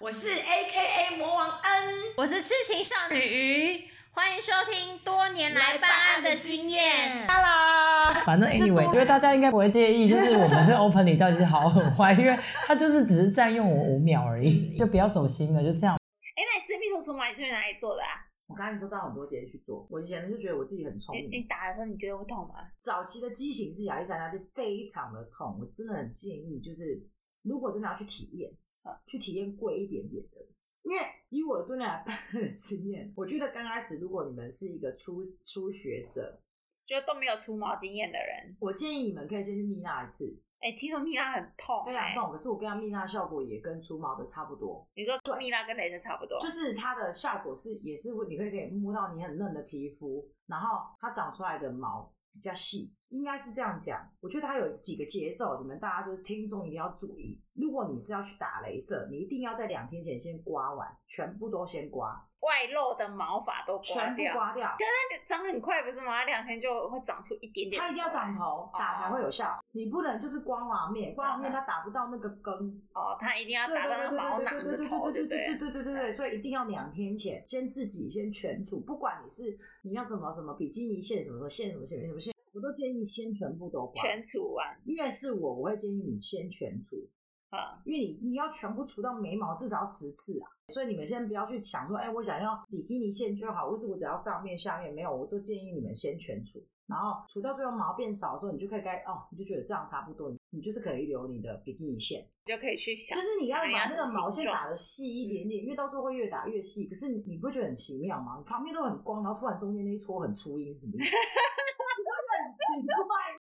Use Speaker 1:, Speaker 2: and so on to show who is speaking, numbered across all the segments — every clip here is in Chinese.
Speaker 1: 我是 A K A 魔王恩，
Speaker 2: 我是痴情少女鱼，欢迎收听多年来办案的经验。
Speaker 1: Hello，
Speaker 3: 反正 anyway，因为大家应该不会介意，就是我们这 open 里到底是好很坏，因为它就是只是占用我五秒而已，就不要走心了，就这样。
Speaker 2: 嗯哎，那你私密图存款是去哪里做的啊？
Speaker 3: 我刚开始都到很多节日去做，我以前就觉得我自己很聪
Speaker 2: 你你
Speaker 3: 明。
Speaker 2: 打的时候你觉得会痛吗？
Speaker 3: 早期的畸形是亚历山大就非常的痛，我真的很建议，就是如果真的要去体验，
Speaker 2: 嗯
Speaker 3: 呃，去体验贵一点点的，因为以我的多年来办案的经验，我觉得刚开始如果你们是一个初初学者，
Speaker 2: 觉得都没有除毛经验的人，
Speaker 3: 我建议你们可以先去蜜蜡一次，
Speaker 2: 哎，提手蜜蜡很痛、
Speaker 3: 非
Speaker 2: 哎，
Speaker 3: 常痛。可是我跟你讲，蜜蜡效果也跟除毛的差不多，
Speaker 2: 你说
Speaker 3: 对
Speaker 2: 蜜蜡跟雷射差不多，
Speaker 3: 就是它的效果是也是会你会可以摸到你很嫩的皮肤，然后它长出来的毛比较细，应该是这样讲。我觉得它有几个节奏，你们大家就是听众一定要注意。如果你是要去打镭射，你一定要在两天前先刮完，全部都先刮，
Speaker 2: 外露的毛发都刮
Speaker 3: 全部
Speaker 2: 掉，
Speaker 3: 刮掉。
Speaker 2: 长很快不是吗？两天就会长出一点点。
Speaker 3: 它一定要长头打才会有效，你不能就是刮毛面，刮毛面它打不到那个根，
Speaker 2: 哦，它一定要
Speaker 3: 对
Speaker 2: 达到那个毛囊的头，对
Speaker 3: 对
Speaker 2: 不对？
Speaker 3: 对对对对对，所以一定要两天前先自己先全除，不管你是你要什么什么比基尼线什么什么线什么线什么线，我都建议先全部都刮。
Speaker 2: 全除完
Speaker 3: 因为是我，我会建议你先全除，
Speaker 2: 啊，
Speaker 3: 因为你你要全部除到眉毛至少要十次啊。所以你们先不要去想说，哎、我想要比基尼线就好，或是我只要上面下面没有，我都建议你们先全除。然后除到最后毛变少的时候，你就可以该哦，你就觉得这样差不多，你你就是可以留你的比基尼线。
Speaker 2: 就可以去想，
Speaker 3: 就是你要
Speaker 2: 想人
Speaker 3: 把
Speaker 2: 家
Speaker 3: 那
Speaker 2: 什
Speaker 3: 个
Speaker 2: 么
Speaker 3: 毛
Speaker 2: 形
Speaker 3: 线
Speaker 2: 状
Speaker 3: 打的细一点
Speaker 2: 哎
Speaker 3: 点，越到最后会越打越细。可是你你不觉得很奇妙吗？你旁边都很光，然后突然中间那一撮很粗音，是什么意思？ 很奇怪。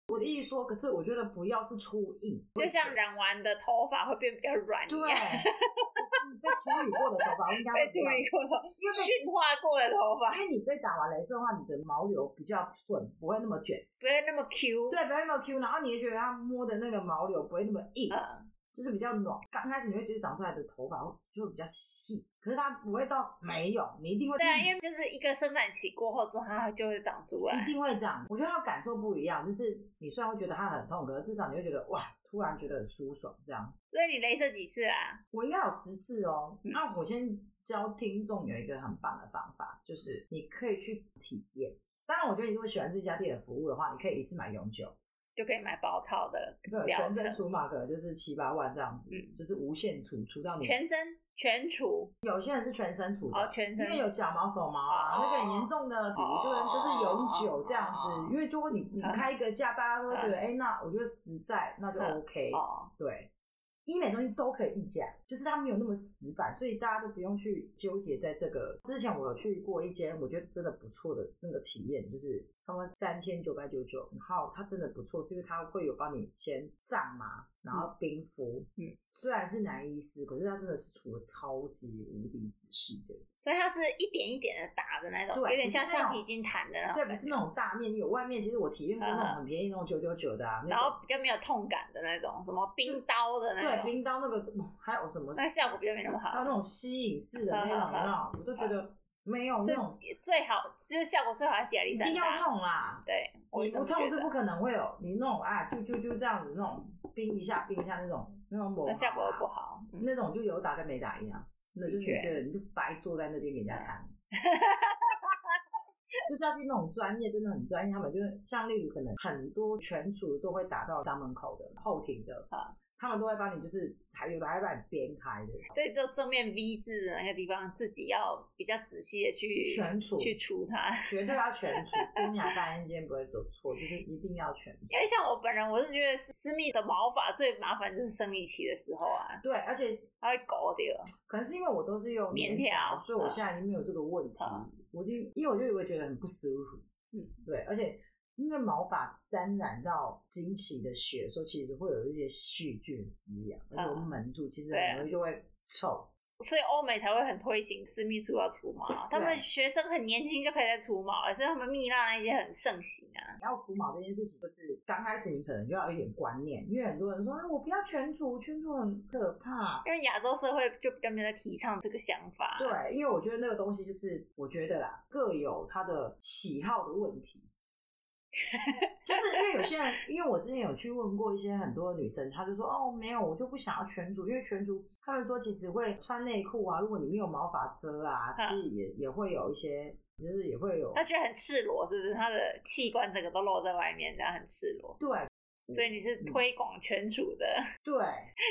Speaker 3: 我的意思说，可是我觉得不要是粗硬，
Speaker 2: 就像染完的头发会变比较软一
Speaker 3: 对，就
Speaker 2: 样，
Speaker 3: 是被处理过的头发应该
Speaker 2: 被
Speaker 3: 会
Speaker 2: 处
Speaker 3: 这样
Speaker 2: 理过的、
Speaker 3: 因为被
Speaker 2: 驯化过的头发，
Speaker 3: 因为你被打完镭射的话，你的毛流比较顺，不会那么卷，
Speaker 2: 不会那么 Q。
Speaker 3: 对，不会那么 Q，然后你也觉得它摸的那个毛流不会那么硬，
Speaker 2: 嗯，
Speaker 3: 就是比较暖。刚开始你会觉得长出来的头发会就会比较细，可是它不会到没有，你一定会
Speaker 2: 对啊，因为就是一个生长期过后之后，它就会长出
Speaker 3: 一
Speaker 2: 来。
Speaker 3: 定会这样。我觉得他感受不一样，就是你虽然会觉得它很痛，可是至少你会觉得哇，突然觉得很舒爽这样。
Speaker 2: 所以你镭射几次啊？
Speaker 3: 我应该有十次哦。
Speaker 2: 嗯
Speaker 3: 那、我先教听众有一个很棒的方法，就是你可以去体验。当然，我觉得你如果喜欢这家店的服务的话，你可以一次买永久，
Speaker 2: 就可以买包套的
Speaker 3: 对，
Speaker 2: 疗
Speaker 3: 全身
Speaker 2: 程，
Speaker 3: 除码可能就是七八万这样子，
Speaker 2: 嗯
Speaker 3: 就是无限除，除到你
Speaker 2: 全身全除
Speaker 3: 有些人是全身除的，
Speaker 2: 哦，全身
Speaker 3: 因为有角毛、手毛啊，
Speaker 2: 哦
Speaker 3: 那个很严重的，比如就是就是永久这样子
Speaker 2: 哦。
Speaker 3: 因为如果你你
Speaker 2: 嗯
Speaker 3: 开一个价，大家都会觉得，哎，那我觉得实在，那就 OK。
Speaker 2: 哦，
Speaker 3: 对，医美东西都可以议价，就是它没有那么死板，所以大家都不用去纠结在这个。之前我有去过一间，我觉得真的不错的那个体验，就是差不多三千九百九九，然后它真的不错，是因为它会有帮你先上麻，然后冰敷。
Speaker 2: 嗯，
Speaker 3: 虽然是男医师，可是它真的是除的超级无敌仔细的。
Speaker 2: 所以它是一点一点的打的那种，
Speaker 3: 对
Speaker 2: 有点
Speaker 3: 不是
Speaker 2: 像
Speaker 3: 那
Speaker 2: 橡
Speaker 3: 种
Speaker 2: 皮筋弹的那
Speaker 3: 对，
Speaker 2: 种
Speaker 3: 不
Speaker 2: 感
Speaker 3: 是
Speaker 2: 觉，
Speaker 3: 那种大面，有外面，其实我体验过那种很便宜那种九九九的啊，
Speaker 2: 嗯
Speaker 3: 那
Speaker 2: 然
Speaker 3: 种
Speaker 2: 后比较没有痛感的那种，什么冰刀的那
Speaker 3: 对
Speaker 2: 种，
Speaker 3: 冰刀那个，哦还有什么？
Speaker 2: 那效果比较没那么好
Speaker 3: 还有。那种吸引式的那种，
Speaker 2: 好好好
Speaker 3: 那我都觉得没有那种
Speaker 2: 最最好就是效果最好还是亚历
Speaker 3: 一
Speaker 2: 山
Speaker 3: 定要
Speaker 2: 大，
Speaker 3: 痛啦。
Speaker 2: 对，我
Speaker 3: 你
Speaker 2: 也这
Speaker 3: 不
Speaker 2: 么
Speaker 3: 痛
Speaker 2: 觉
Speaker 3: 是
Speaker 2: 得
Speaker 3: 不可能会有，你那种啊，就就就这样子那种冰一下冰一下那种那种抹
Speaker 2: 那
Speaker 3: 好
Speaker 2: 效果
Speaker 3: 啊
Speaker 2: 不好。嗯
Speaker 3: 那种就有打跟没打一样，那就是你
Speaker 2: 的确
Speaker 3: 觉得你就白坐在那边给人家 看，就是要去那种专业，真的很专业。他们就是像例如可能很多全厨都会打到肛门口的、后庭的
Speaker 2: 啊，
Speaker 3: 他们都会帮你就是还有的还会把你编开的，
Speaker 2: 所以就正面 V 字的那个地方，自己要比较仔细的去
Speaker 3: 全除
Speaker 2: 去除它。
Speaker 3: 绝对要全除，姑娘办案间不会走错，就是一定要全除。
Speaker 2: 因为像我本人，我是觉得私密的毛发最麻烦就是生理期的时候啊，
Speaker 3: 对，而且
Speaker 2: 它会搞掉。
Speaker 3: 可能是因为我都是用
Speaker 2: 棉条
Speaker 3: 条，所以我
Speaker 2: 嗯
Speaker 3: 现在已经没有这个问题。
Speaker 2: 嗯
Speaker 3: 我就因为我就会觉得很不舒服，
Speaker 2: 嗯，
Speaker 3: 对，而且因为毛发沾染到经期的血的时候，其实会有一些细菌的滋养，而且我
Speaker 2: 嗯
Speaker 3: 闷住，其实
Speaker 2: 对
Speaker 3: 很容易就会臭。
Speaker 2: 所以欧美才会很推行私密处要除毛啊，他们学生很年轻就可以在除毛，而且他们蜜蜡那些很盛行啊。
Speaker 3: 要除毛这件事情，就是刚开始你可能就要有一点观念，因为很多人说啊，我不要全除，全除很可怕。
Speaker 2: 因为亚洲社会就比较没有在提倡这个想法。，啊
Speaker 3: 对，因为我觉得那个东西就是，我觉得啦，各有他的喜好的问题。就是因为有些人，因为我之前有去问过一些很多女生，她就说哦没有，我就不想要全足，因为全足他们说其实会穿内裤啊，如果你没有毛发遮啊，
Speaker 2: 嗯
Speaker 3: 其实也也会有一些，就是也会有
Speaker 2: 他觉得很赤裸，是不是？他的器官整个都露在外面，这样很赤裸。
Speaker 3: 对
Speaker 2: 所以你是推广全厨的，
Speaker 3: 对，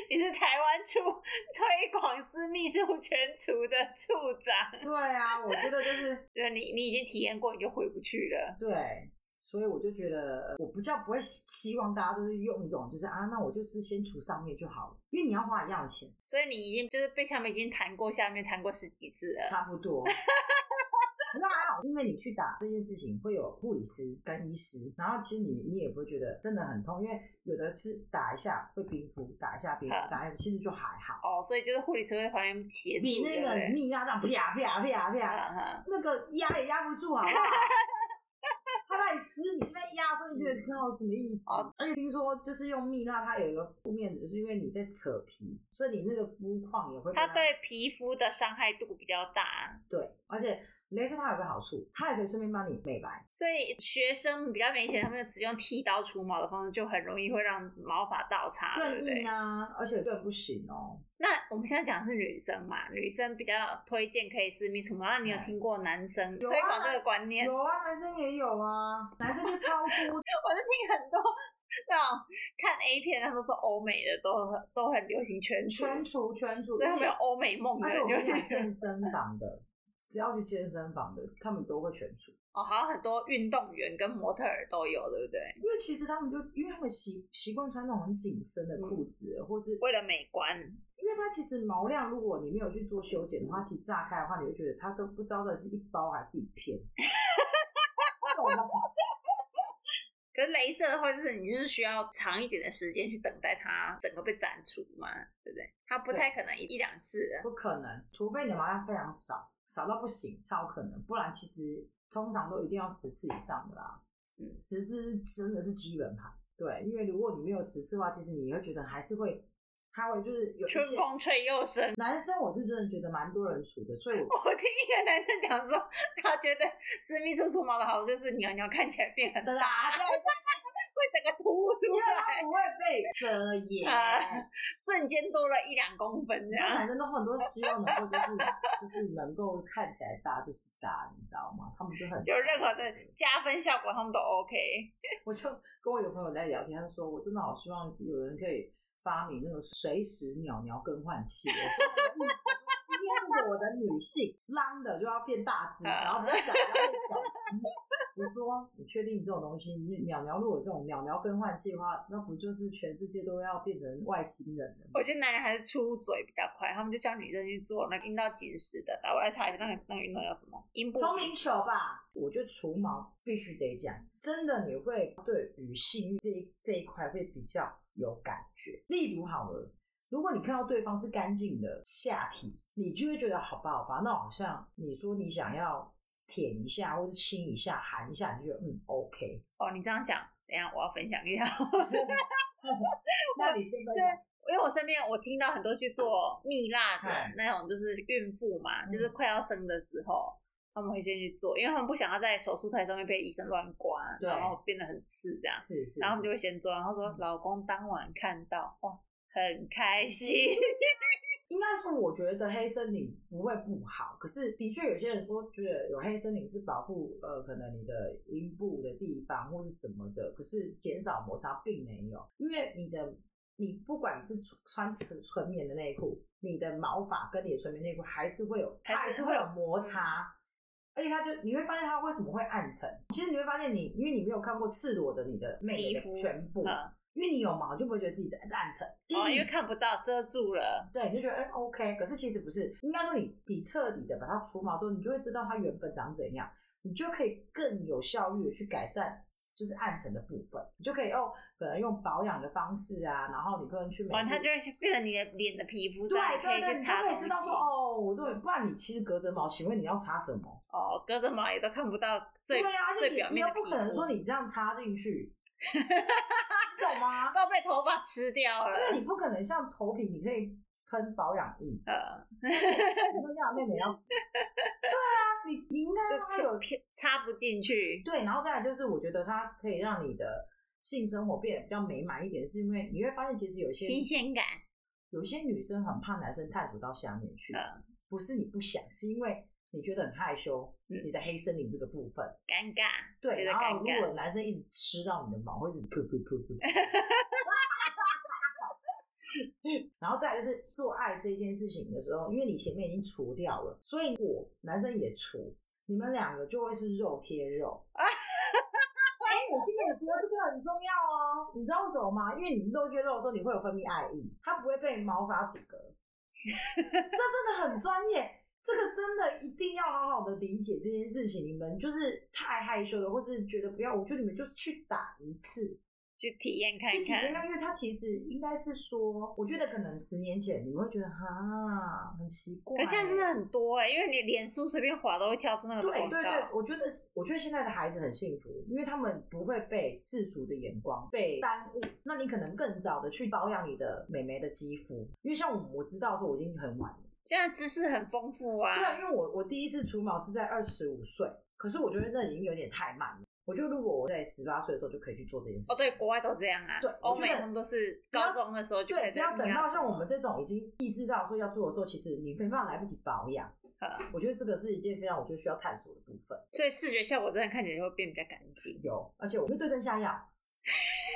Speaker 2: 你是台湾处推广私密处全厨的处长，
Speaker 3: 对啊，我觉得就是
Speaker 2: 就是你你已经体验过，你就回不去了。
Speaker 3: 对，所以我就觉得呃我比较不会希希望大家都是用一种就是啊，那我就是先除上面就好了，因为你要花一样的钱，
Speaker 2: 所以你已经就是被他们已经谈过下面谈过十几次了，
Speaker 3: 差 不多。那还好，因为你去打这件事情会有护理师跟医师，然后其实你你也不会觉得真的很痛，因为有的是打一下会冰敷，打一下冰敷，
Speaker 2: 嗯
Speaker 3: 打一下其实就还好，
Speaker 2: 哦，所以就是护理师会在旁边协助，
Speaker 3: 比那
Speaker 2: 对
Speaker 3: 个啊
Speaker 2: 不对
Speaker 3: 蜜蜡这样啪啪啪 啪，
Speaker 2: 嗯哼
Speaker 3: 那个压也压不住，好不好？ 他把你撕，你被压的时候，你觉得靠什么意思？
Speaker 2: 哦
Speaker 3: 而且听说就是用蜜蜡，它有一个负面的，就是因为你在扯皮，所以你那个肤况也会被
Speaker 2: 它对皮肤的伤害度比较大，
Speaker 3: 对，而且镭射它有个好处，它也可以顺便帮你美白。
Speaker 2: 所以学生比较明显，他们只用剃刀除毛的方式，就很容易会让毛发倒插，对
Speaker 3: 更
Speaker 2: 不对
Speaker 3: 硬？啊，而且更不行哦。
Speaker 2: 那我们现在讲的是女生嘛，女生比较推荐可以私密除毛。那你有
Speaker 3: 哎
Speaker 2: 听过男生
Speaker 3: 有啊
Speaker 2: 推广这个观念？
Speaker 3: 有啊，男生也有啊，男生就超 多
Speaker 2: 我是听很多那种看 A 片，他都说欧美的都很都很流行全除，
Speaker 3: 全除全除，
Speaker 2: 所以他们有欧欸美梦的
Speaker 3: 而且
Speaker 2: 人
Speaker 3: 我
Speaker 2: 就
Speaker 3: 跟你讲，
Speaker 2: 是
Speaker 3: 健身房的只要去健身房的，他们都会全除。
Speaker 2: 哦，好像很多运动员跟模特儿都有，对不对？
Speaker 3: 因为其实他们就因为他们习习惯穿那种很紧身的裤子，或是
Speaker 2: 为了美观，
Speaker 3: 因为它其实毛量，如果你没有去做修剪的话，其实炸开的话，你会觉得它都不知道的是一包还是一片。 懂吗
Speaker 2: 可是镭射的话，就是你就是需要长一点的时间去等待它整个被斩除嘛，对不对？它不太可能一一两次啊。
Speaker 3: 不可能，除非你的毛量非常少，少到不行，超可能，不然其实通常都一定要十次以上的啦。
Speaker 2: 嗯
Speaker 3: 十次是真的是基本盘。对，因为如果你没有十次的话，其实你会觉得还是会，它会就是有一
Speaker 2: 春
Speaker 3: 些
Speaker 2: 风吹又生，
Speaker 3: 男生，我是真的觉得蛮多人除的，所以我
Speaker 2: 我听一个男生讲说，他觉得私密处除毛的好处就是鸟鸟看起来变很
Speaker 3: 对啊
Speaker 2: 大，
Speaker 3: 啦，对
Speaker 2: 会整个凸
Speaker 3: 因
Speaker 2: 出
Speaker 3: 为他
Speaker 2: 来，
Speaker 3: 不会被遮掩。
Speaker 2: 啊瞬间多了一两公分这
Speaker 3: 你知道
Speaker 2: 样。
Speaker 3: 男生都很多希望能够就是就是能够看起来大就是大，你知道吗？他们就 很
Speaker 2: 就任何的加分效果，他们都 OK。
Speaker 3: 我就跟我有朋友在聊天，他就说我真的好希望有人可以发明那个随时鸟鸟更换器。我说什么意思今天如果我的女性浪的就要变大只，然后不是长得要变小只。我说你确定这种东西？你鸟鸟如果有这种鸟鸟更换器的话，那不就是全世界都要变成外星人了吗？
Speaker 2: 我觉得男人还是出嘴比较快，他们就叫女生去做那个阴道紧实的。来，我来查一下那个那个运动叫什么？阴部
Speaker 3: 聪
Speaker 2: 紧
Speaker 3: 明
Speaker 2: 实
Speaker 3: 球吧，我觉得除毛必须得讲，真的你会对于性欲这一这一块会比较有感觉。例如好了，如果你看到对方是干净的下体，你就会觉得好吧好吧，那好像你说你想要舔一下或是亲一下、含一下，你就觉得嗯 OK。
Speaker 2: 哦，你这样讲，等一下我要分享一下。
Speaker 3: 那你先分
Speaker 2: 对
Speaker 3: 享，
Speaker 2: 因为我身边我听到很多去做蜜蜡的
Speaker 3: 嗨
Speaker 2: 那种，就是孕妇嘛，
Speaker 3: 嗯
Speaker 2: 就是快要生的时候，他们会先去做，因为他们不想要在手术台上面被医生乱刮，
Speaker 3: 对
Speaker 2: 然后变得很刺这样，
Speaker 3: 是是，
Speaker 2: 然后他们就会
Speaker 3: 是
Speaker 2: 先做，然后说
Speaker 3: 嗯
Speaker 2: 老公当晚看到，哇，很 开心，
Speaker 3: 应该说，我觉得黑森林不会不好，可是的确有些人说觉得有黑森林是保护呃，可能你的阴部的地方或是什么的，可是减少摩擦并没有，因为你的你不管是穿纯纯棉的内裤，你的毛发跟你的纯棉内裤还是会有，它
Speaker 2: 还
Speaker 3: 还
Speaker 2: 是
Speaker 3: 是
Speaker 2: 会
Speaker 3: 会
Speaker 2: 有
Speaker 3: 有摩擦。而且它就你会发现它为什么会暗沉，其实你会发现你因为你没有看过赤裸的你的
Speaker 2: 皮
Speaker 3: 每个
Speaker 2: 肤
Speaker 3: 全部，
Speaker 2: 嗯，
Speaker 3: 因为你有毛就不会觉得自己在暗沉
Speaker 2: 哦，因为看不到遮住了，
Speaker 3: 对，你就觉得哎、OK，可是其实不是，应该说你你彻底的把它除毛之后，你就会知道它原本长怎样，你就可以更有效率的去改善就是暗沉的部分，你就可以用可能用保养的方式啊，然后你可能去每
Speaker 2: 哇，
Speaker 3: 次
Speaker 2: 它就会变成你的脸的皮肤，这
Speaker 3: 对
Speaker 2: 样你可
Speaker 3: 对
Speaker 2: 以
Speaker 3: 对，
Speaker 2: 去
Speaker 3: 你就
Speaker 2: 擦
Speaker 3: 可以
Speaker 2: 东
Speaker 3: 知
Speaker 2: 西，
Speaker 3: 道说哦，我这不然你其实隔着毛，请问你要擦什么？
Speaker 2: 哦，隔着毛也都看不到最
Speaker 3: 对啊，而
Speaker 2: 最
Speaker 3: 且
Speaker 2: 表
Speaker 3: 你你
Speaker 2: 面的
Speaker 3: 又
Speaker 2: 皮
Speaker 3: 不可能
Speaker 2: 肤
Speaker 3: 说，你这样插 进去，你懂吗？
Speaker 2: 都被头发吃掉了
Speaker 3: 因。为你不可能像头皮，你可以喷保养液，
Speaker 2: 呃，
Speaker 3: 你说让妹妹 要，对啊，你你应该让她有
Speaker 2: 就插插不进去，
Speaker 3: 对，然后再来就是，我觉得它可以让你的性生活变得比较美满一点，是因为你会发现，其实有些
Speaker 2: 新鲜感，
Speaker 3: 有些女生很怕男生探索到下面去，
Speaker 2: 嗯
Speaker 3: 不是你不想，是因为你觉得很害羞，
Speaker 2: 嗯
Speaker 3: 你的黑森林这个部分，
Speaker 2: 尴尬，觉
Speaker 3: 对，
Speaker 2: 得
Speaker 3: 然后
Speaker 2: 尴
Speaker 3: 如
Speaker 2: 尬。
Speaker 3: 果男生一直吃到你的毛，会一直噗噗 噗噗。然后再来就是做爱这件事情的时候，因为你前面已经除掉了，所以我男生也除，你们两个就会是肉贴 肉。哎、我今天也觉得这个很重要哦，你知道为什么吗？因为你肉贴肉的时候，你会有分泌爱意，它不会被毛发阻 隔。这真的很专业，这个真的一定要好好的理解这件事情。你们就是太害羞了，或是觉得不要，我觉得你们就是去打一次，
Speaker 2: 去体验看
Speaker 3: 去体验
Speaker 2: 看，
Speaker 3: 看，因为他其实应该是说，我觉得可能十年前你们会觉得哈很奇怪、
Speaker 2: 可现在真的很多哎、因为你脸书随便滑都会跳出那个
Speaker 3: 对
Speaker 2: 广
Speaker 3: 对对
Speaker 2: 告，，
Speaker 3: 我觉得我觉得现在的孩子很幸福，因为他们不会被世俗的眼光被耽误。那你可能更早的去保养你的美眉的肌肤，因为像我我知道说我已经很晚了。
Speaker 2: 现在知识很丰富
Speaker 3: 对啊，
Speaker 2: 啊，
Speaker 3: 因为我我第一次除毛是在二十五岁，可是我觉得那已经有点太慢了。我觉得如果我在十八岁的时候就可以去做这件事情，
Speaker 2: 哦对，国外都这样啊，
Speaker 3: 对
Speaker 2: 欧
Speaker 3: 我觉
Speaker 2: 美
Speaker 3: 得
Speaker 2: 他们都是高中的时候就可
Speaker 3: 对，
Speaker 2: 以
Speaker 3: 不
Speaker 2: 在
Speaker 3: 要等到像我们
Speaker 2: 这，
Speaker 3: 这种已经意识到说要做的时候，其实你没办法来不及 保养。
Speaker 2: 呃
Speaker 3: 我觉得这个是一件非常我觉得需要探索的部分。
Speaker 2: 所以视觉效果真的看起来会变比较干净，
Speaker 3: 有，而且我会对症下药。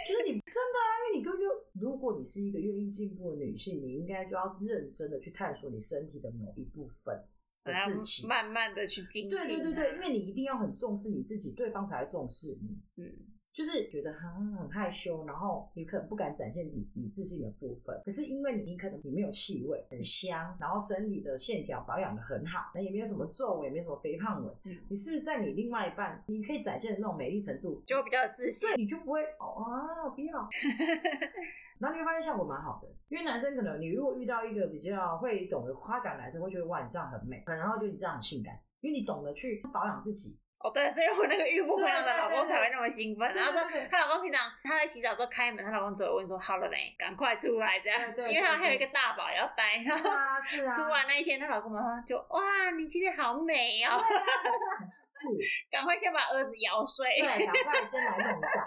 Speaker 3: 就是你真的啊，因为你根本就，如果你是一个愿意进步的女性，你应该就要认真的去探索你身体的某一部分的
Speaker 2: 然后
Speaker 3: 自己。
Speaker 2: 慢慢的去精进、
Speaker 3: 对
Speaker 2: 啊，
Speaker 3: 对对对，因为你一定要很重视你自己，对方才会重视你。
Speaker 2: 嗯，
Speaker 3: 就是觉得很很害羞，然后你可能不敢展现你你自信的部分。可是因为你可能你没有气味，很香，然后身体的线条保养的很好，那也没有什么皱纹，也没有什么肥胖纹。
Speaker 2: 嗯
Speaker 3: 你是不是在你另外一半，你可以展现的那种美丽程度，
Speaker 2: 就会比较有自信，
Speaker 3: 对你就不会哦啊不 要。然后你会发现效果蛮好的，因为男生可能你如果遇到一个比较会懂得夸奖的男生，会觉得哇你这样很美，然后觉得你这样很性感，因为你懂得去保养自己，
Speaker 2: 哦，对，所以我那个孕妇朋友的老公
Speaker 3: 对对对对
Speaker 2: 才会那么兴奋。
Speaker 3: 对
Speaker 2: 然后说
Speaker 3: 对对，
Speaker 2: 她老公平常她在洗澡的时候开门，她老公只会问说：“好了没？赶快出来！”这样，
Speaker 3: 对对
Speaker 2: 因为她
Speaker 3: 对
Speaker 2: 还有一
Speaker 3: 对
Speaker 2: 个大宝要带。然
Speaker 3: 是
Speaker 2: 后
Speaker 3: 啊是啊，
Speaker 2: 出来那一天，她老公马上就：“哇，你今天好美哦！
Speaker 3: 是。
Speaker 2: 赶快先把儿子摇睡。
Speaker 3: 对，赶快先来弄一下。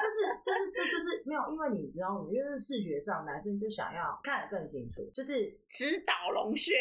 Speaker 3: 但是就是这就是没有，因为你知道，我们就是视觉上，男生就想要看得更清楚，就是”
Speaker 2: 直捣龙穴，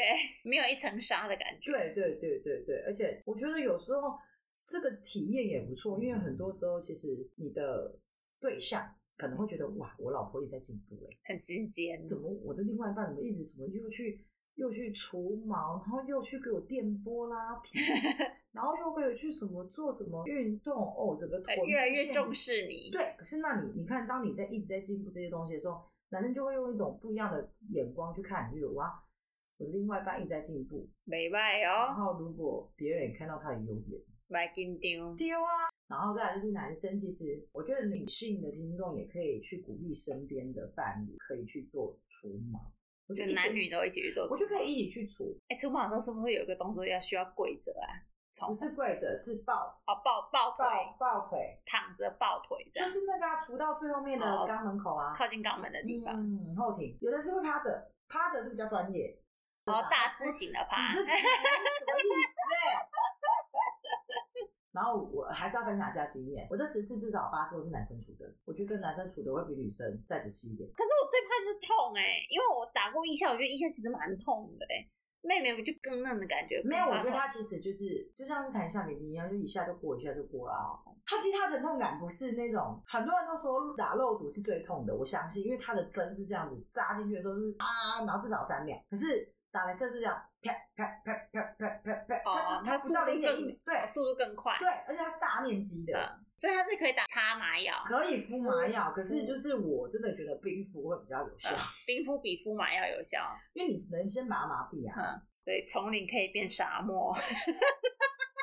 Speaker 2: 没有一层纱的感觉。
Speaker 3: 对对对对对，而且我觉得有时候这个体验也不错，因为很多时候其实你的对象可能会觉得哇，我老婆也在进步哎、
Speaker 2: 很新鲜。
Speaker 3: 怎么我的另外一半怎么一直什么又去又去除毛，然后又去给我电波拉皮， 然后又会有去什么做什么运动哦，整个
Speaker 2: 呃
Speaker 3: 臀部
Speaker 2: 越来越
Speaker 3: 线
Speaker 2: 重视你，
Speaker 3: 对，可是那你你看，当你在一直在进步这些东西的时候，男生就会用一种不一样的眼光去看，你就觉得哇，我的另外一半一直在进步，
Speaker 2: 没拜
Speaker 3: 然
Speaker 2: 哦，
Speaker 3: 后如果别人也看到他的优点，
Speaker 2: 买金丢，
Speaker 3: 丢啊。然后再来就是男生，其实我觉得女性的听众也可以去鼓励身边的伴侣可以去做除毛，我觉
Speaker 2: 就
Speaker 3: 得一
Speaker 2: 男
Speaker 3: 个，
Speaker 2: 女都一起去做。
Speaker 3: 我就可以一起去除，
Speaker 2: 哎，出门的时候是不是有一个动作要需要跪着啊？从
Speaker 3: 不是跪着，是抱
Speaker 2: 哦抱抱腿，
Speaker 3: 抱抱腿，
Speaker 2: 躺着抱腿这
Speaker 3: 就
Speaker 2: 样，
Speaker 3: 是那个啊除到最后面的
Speaker 2: 哦
Speaker 3: 肛门口啊，
Speaker 2: 靠近肛门的地方，
Speaker 3: 嗯，后庭有的是会趴着，趴着是比较专业。
Speaker 2: 然后大
Speaker 3: 啊
Speaker 2: 字型的
Speaker 3: 你
Speaker 2: 趴哎
Speaker 3: 这。什么意思？然后我还是要分享一下经验，我这十次至少有八次都是男生处的，我觉得男生处的会比女生再仔细一点。
Speaker 2: 可是我最怕就是痛哎、因为我打过一下，我觉得一下其实蛮痛的哎、妹妹不就更嫩的感觉？
Speaker 3: 没有，我觉得
Speaker 2: 更怕
Speaker 3: 他
Speaker 2: 痛
Speaker 3: 其实就是就像是弹橡皮筋一样，就一下就过，一下就过啦。他其实他的疼痛感不是那种，很多人都说打肉毒是最痛的，我相信，因为他的针是这样子扎进去的时候就是啊，然后至少三秒，可是打来这是这样啪啪啪啪啪啪啪，
Speaker 2: 哦，它
Speaker 3: 它就
Speaker 2: 速
Speaker 3: 不到
Speaker 2: 度
Speaker 3: 零点一秒
Speaker 2: 更，
Speaker 3: 对
Speaker 2: 速度更快，
Speaker 3: 对，而且它是大面积的。
Speaker 2: 嗯所以它是可以打擦麻药，
Speaker 3: 可以敷麻药，可是就是我真的觉得冰敷会比较有效，
Speaker 2: 冰敷比敷麻药有效，
Speaker 3: 因为你只能先把它麻痹啊。
Speaker 2: 对，丛林可以变沙 漠。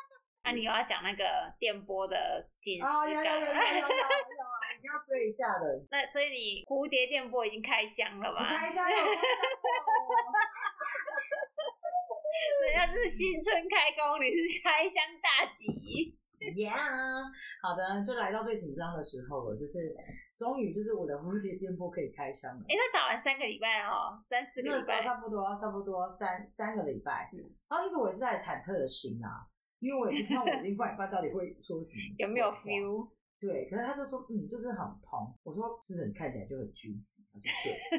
Speaker 2: 那、你又要讲那个电波的紧实
Speaker 3: 啊，要要要要要 要
Speaker 2: 感，
Speaker 3: 要啊！一定要追一下的，
Speaker 2: 那所以你蝴蝶电波已经开箱了
Speaker 3: 你
Speaker 2: 吧？
Speaker 3: 开箱要有开箱哦。
Speaker 2: 人家这是新春开工，你是开箱大吉。
Speaker 3: Yeah，好的，就来到最紧张的时候了，就是终于就是我的蝴蝶电波可以开箱了。
Speaker 2: 哎，他打完三个礼拜哦，三四个
Speaker 3: 那
Speaker 2: 礼
Speaker 3: 时候
Speaker 2: 拜，
Speaker 3: 差不多，差不多三三个礼拜。
Speaker 2: 嗯，
Speaker 3: 然后其实我也是在忐忑的心啊，因为我也不知道我另外一半到底会说什么
Speaker 2: 有没有
Speaker 3: 话
Speaker 2: feel？
Speaker 3: 对，可是他就说，嗯，就是很蓬。我说，是不是你看起来就很 juicy？他 说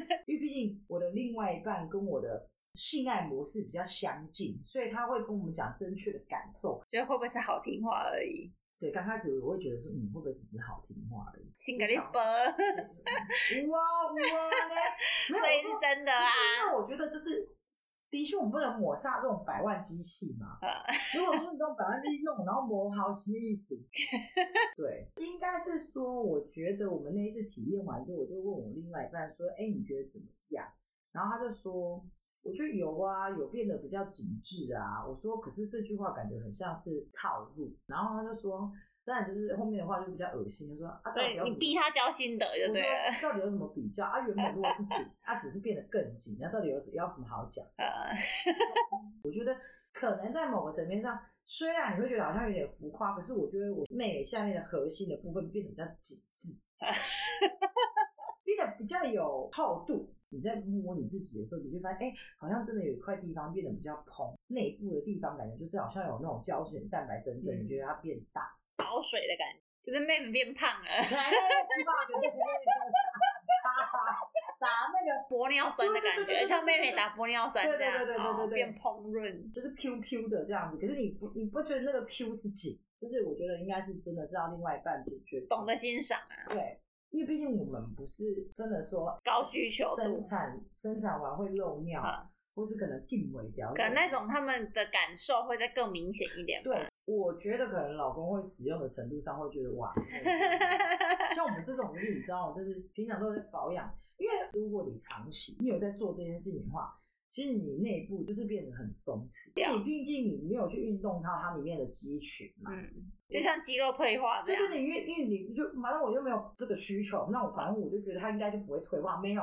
Speaker 3: 对，因为毕竟我的另外一半跟我的性爱模式比较相近，所以他会跟我们讲正确的感受。
Speaker 2: 觉得会不会是好听话而已？
Speaker 3: 对，刚开始我会觉得说，嗯，会不会只是好听话 而已？
Speaker 2: 性格力 薄，
Speaker 3: 有啊有啊呢，
Speaker 2: 所
Speaker 3: 没有，
Speaker 2: 以
Speaker 3: 我
Speaker 2: 是
Speaker 3: 说
Speaker 2: 真的啊。
Speaker 3: 不是因为我觉得就是，的确我们不能抹杀这种百万机器嘛。
Speaker 2: 啊
Speaker 3: 如果说你这种百万机器弄，然后磨好新 艺术，对，应该是说，我觉得我们那一次体验完之后，我就问我另外一半说：“哎、你觉得怎么样？”然后他就说：“我觉得有啊，有变得比较紧致啊。”我说：“可是这句话感觉很像是套路。”然后他就说：“当然就是后面的话就比较恶心，他说啊，到底
Speaker 2: 对
Speaker 3: 要
Speaker 2: 你
Speaker 3: 怎么
Speaker 2: 逼他交心得就
Speaker 3: 我
Speaker 2: 对了。
Speaker 3: 说到底有什么比较啊？原本如果 是紧，啊，只是变得更紧，那到底有要什么好讲？
Speaker 2: 呃，
Speaker 3: 可能在某个层面上，虽然你会觉得好像有点浮夸，可是我觉得我妹妹下面的核心的部分变得比较紧 致，变得比较有厚度。你在摸你自己的时候，你就发现，哎、好像真的有一块地方变得比较蓬，内部的地方感觉就是好像有那种胶原蛋白增生，
Speaker 2: 嗯
Speaker 3: 你觉得它变 大。 哎
Speaker 2: 倒水的感觉，就是妹妹变胖了，
Speaker 3: 啊 打那个
Speaker 2: 玻尿酸的感
Speaker 3: 对对对
Speaker 2: 觉，
Speaker 3: 对
Speaker 2: 像妹妹打玻尿酸这样，
Speaker 3: 对对对对对对
Speaker 2: 哦
Speaker 3: 对
Speaker 2: 变蓬润。
Speaker 3: 就是 QQ 的这样子，可是你不你不觉得那个 Q 是紧？就是我觉得应该是真的是要另外一半就觉得
Speaker 2: 懂得欣赏啊，
Speaker 3: 对，因为毕竟我们不是真的说
Speaker 2: 高需求
Speaker 3: 生
Speaker 2: 度，
Speaker 3: 产生产完会漏尿，
Speaker 2: 啊
Speaker 3: 或是可能定位掉，
Speaker 2: 可能那种他们的感受会再更明显一点吧。
Speaker 3: 对，我觉得可能老公会使用的程度上会觉得哇， 像我们这种就是你知道，就是平常都在保养，因为如果你长期你有在做这件事情的话。其实你内部就是变得很松弛，
Speaker 2: 啊
Speaker 3: 因为你毕竟你没有去运动到它里面的肌群嘛，
Speaker 2: 嗯，啊就像肌肉退化这
Speaker 3: 对
Speaker 2: 样
Speaker 3: 对，。对，因为因为你就反正我就没有这个需求，那我反正我就觉得它应该就不会退化，没有，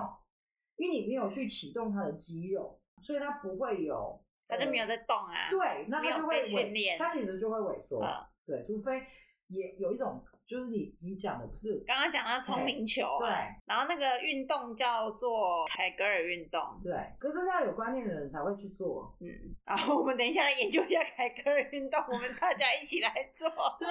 Speaker 3: 因为你没有去启动它的肌肉，所以它不会有，
Speaker 2: 他就没有
Speaker 3: 呃
Speaker 2: 在动啊。
Speaker 3: 对，那
Speaker 2: 没有
Speaker 3: 它就
Speaker 2: 被
Speaker 3: 会
Speaker 2: 训练
Speaker 3: 萎，它其实就会萎缩，
Speaker 2: 啊
Speaker 3: 对，除非也有一种就是你你讲的不是
Speaker 2: 刚刚讲到聪明球啊、
Speaker 3: 对
Speaker 2: 然后那个运动叫做凯格尔运动。
Speaker 3: 对，可是这样有观念的人才会去做，
Speaker 2: 嗯，然后我们等一下来研究一下凯格尔运动，我们大家一起来做。
Speaker 3: 对。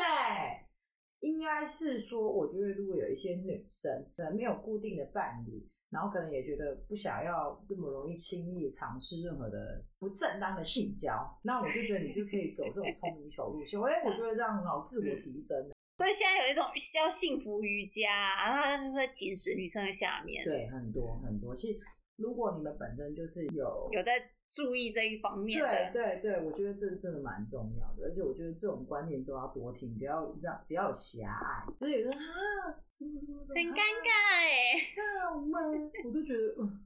Speaker 3: 应该是说，我觉得如果有一些女生可能没有固定的伴侣，然后可能也觉得不想要这么容易轻易尝试任何的不正当的性交，那我就觉得你就可以走这种聪明球路线。哎、我觉得这样很好，自
Speaker 2: 嗯
Speaker 3: 我提升，
Speaker 2: 所以现在有一种叫幸福瑜伽，啊然后它就是在紧实女生的下面，
Speaker 3: 对，很多很多。其实如果你们本身就是有
Speaker 2: 有在注意这一方面
Speaker 3: 对
Speaker 2: 的。
Speaker 3: 对对，我觉得这真的蛮重要的，而且我觉得这种观念都要多听，不要让不要有狭隘，就是有人啊，什么什么的
Speaker 2: 很尴
Speaker 3: 啊
Speaker 2: 尬哎、
Speaker 3: 这样吗？我都觉得，嗯，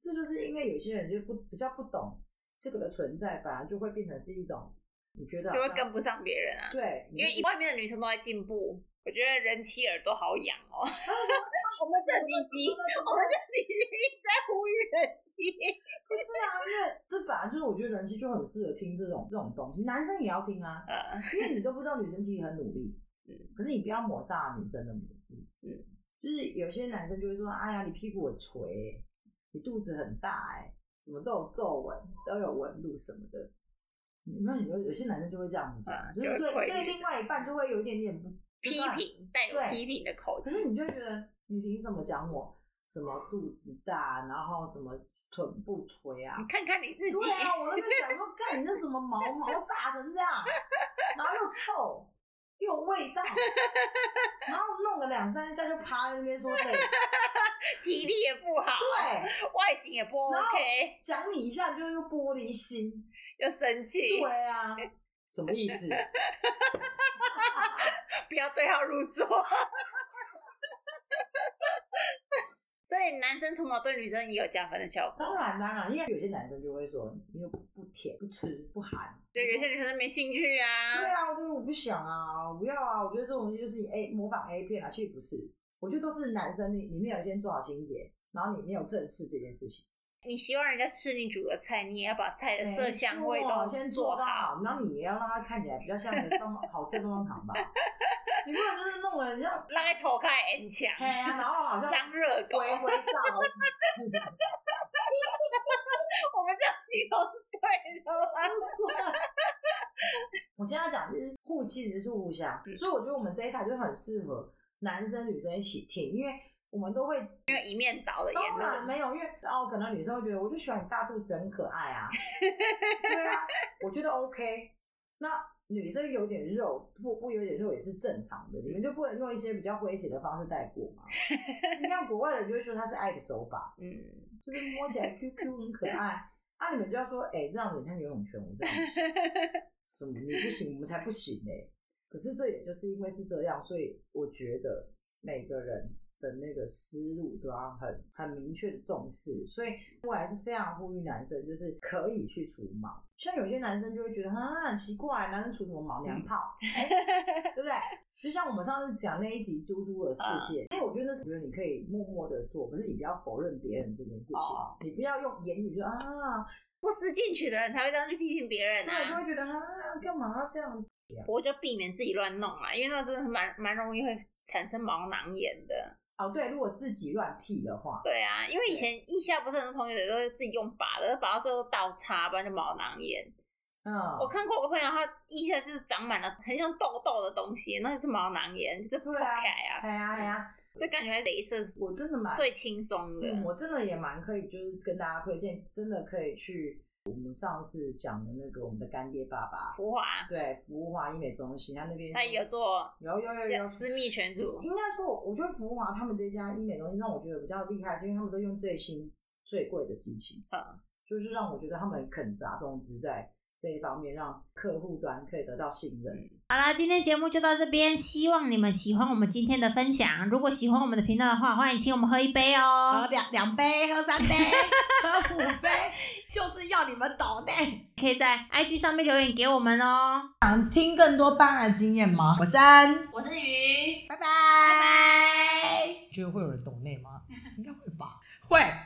Speaker 3: 这就是因为有些人就不比较不懂这个的存在，反而就会变成是一种你觉得好
Speaker 2: 就会
Speaker 3: 像
Speaker 2: 跟不上别人啊。
Speaker 3: 对，
Speaker 2: 因为
Speaker 3: 你就
Speaker 2: 外面的女生都在进步，我觉得人妻耳朵好痒哦。我们这几集， 我们这几集一直在呼吁人妻。
Speaker 3: 不是啊，因为这本来就是我觉得人其实就很适合听这种这种东西，男生也要听啊，
Speaker 2: 呃，
Speaker 3: 因为你都不知道女生其实很努力，
Speaker 2: 嗯
Speaker 3: 可是你不要抹杀女生的努力，
Speaker 2: 嗯，
Speaker 3: 就是有些男生就会说，哎呀，你屁股很垂、你肚子很大、哎，怎么都有皱纹，都有纹路什么的。那有有些男生就会这样子讲，
Speaker 2: 啊
Speaker 3: 就是
Speaker 2: 就会
Speaker 3: 对
Speaker 2: 亏
Speaker 3: 对
Speaker 2: 女生
Speaker 3: 另外一半就会有一点点不
Speaker 2: 批。
Speaker 3: 不知道
Speaker 2: 评带有
Speaker 3: 对
Speaker 2: 批评的口
Speaker 3: 可
Speaker 2: 气
Speaker 3: 是，你就会觉得，你凭什么讲我什么肚子大，然后什么臀部垂啊
Speaker 2: 你？看看你自己
Speaker 3: 对。啊，我都在想说，干你那什么毛毛炸成这样，然后又臭又有味道，然后弄个两三下就趴在那边说对，
Speaker 2: 体力也不好，
Speaker 3: 对，
Speaker 2: 外形也不 OK，
Speaker 3: 讲你一下就又玻璃心，
Speaker 2: 又生气，
Speaker 3: 对 啊，什么意思？
Speaker 2: 不要对号入座。 所以男生除毛对女生也有加分的效果，
Speaker 3: 当然当然，因为有些男生就会说，你又不甜不吃不含，
Speaker 2: 对有些女生没兴趣啊。
Speaker 3: 对啊，对，我不想啊，我不要啊，我觉得这种东西就是 A 模仿 A 片啊，其实不是，我觉得都是男生你你没有先做好心结，然后你没有正视这件事情。
Speaker 2: 你希望人家吃你煮的菜，你也要把菜的色香味
Speaker 3: 没
Speaker 2: 都
Speaker 3: 错先
Speaker 2: 做
Speaker 3: 到，然后你也要让它看起来比较像个棒棒好吃的棒棒糖吧。你不能就是弄了，你 知道，
Speaker 2: 拉头开很强，
Speaker 3: 嘿啊， 然后好像
Speaker 2: 张热狗，
Speaker 3: 微微照好几次，
Speaker 2: 我们这样形容是对的吗？
Speaker 3: 我现在讲就是护妻之术互相，
Speaker 2: 嗯
Speaker 3: 所以我觉得我们这一台就很适合男生女生一起听，因为我们都会
Speaker 2: 因为一面倒的言
Speaker 3: 当然
Speaker 2: 论，
Speaker 3: 没有，因为哦，可能女生会觉得我就喜欢你大肚子很可爱啊， 对啊，我觉得 OK。那女生有点肉，不不有点肉也是正常的，你们就不能用一些比较诙谐的方式带过吗？你看国外的就会说它是爱的手法，
Speaker 2: 嗯，
Speaker 3: 就是摸起来 QQ 很可爱，啊，你们就要说，哎、这样子你看游泳圈，我这样不行，什么你不行，我们才不行哎、可是这也就是因为是这样，所以我觉得每个人的那个思路都要很很明确的重视，所以我还是非常呼吁男生就是可以去除毛。像有些男生就会觉得啊很奇怪，男生除什么毛娘炮，哎对不对？就像我们上次讲那一集猪猪的世界，因为我觉得那是觉得你可以默默的做，可是你不要否认别人这件事情，
Speaker 2: 哦
Speaker 3: 你不要用言语说啊
Speaker 2: 不思进取的人才会这样去批评别人
Speaker 3: 对，就
Speaker 2: 啊。
Speaker 3: 会觉得啊，干嘛要这样子？
Speaker 2: 我就避免自己乱弄啊，因为那真的是蛮蛮容易会产生毛囊炎的。
Speaker 3: 哦，对，如果自己乱剃的话，
Speaker 2: 对啊，因为以前艺校不是很多同学都会自己用拔的，拔到最后都倒插，不然就毛囊炎。
Speaker 3: 嗯，
Speaker 2: 我看过我个朋友，他腋下就是长满了很像痘痘的东西，那就是毛囊炎，就是破
Speaker 3: 对啊
Speaker 2: 开啊，
Speaker 3: 哎呀哎呀，
Speaker 2: 所以感觉镭射是
Speaker 3: 我真的蛮，
Speaker 2: 最轻松的。
Speaker 3: 嗯我真的也蛮可以，就是跟大家推荐，真的可以去我们上次讲的那个我们的干爹爸爸，
Speaker 2: 浮华，
Speaker 3: 对，福华医美中心，他那边
Speaker 2: 他有做
Speaker 3: 有有有有。
Speaker 2: 私密全组，
Speaker 3: 应该说，我觉得福华他们这家医美中心让我觉得比较厉害，是因为他们都用最新最贵的机器，
Speaker 2: 嗯
Speaker 3: 就是让我觉得他们肯砸重资在这一方面，让客户端可以得到信任。
Speaker 1: 好啦，今天节目就到这边，希望你们喜欢我们今天的分享。如果喜欢我们的频道的话，欢迎请我们喝一杯哦，喝两两杯，喝三杯，喝五杯，就是要你们懂的。可以在 IG 上面留言给我们哦。
Speaker 3: 想听更多办案经验吗？
Speaker 1: 我是安，
Speaker 2: 我是鱼。
Speaker 1: 拜拜。
Speaker 3: 觉得会有人懂内吗？应该会吧。
Speaker 1: 会。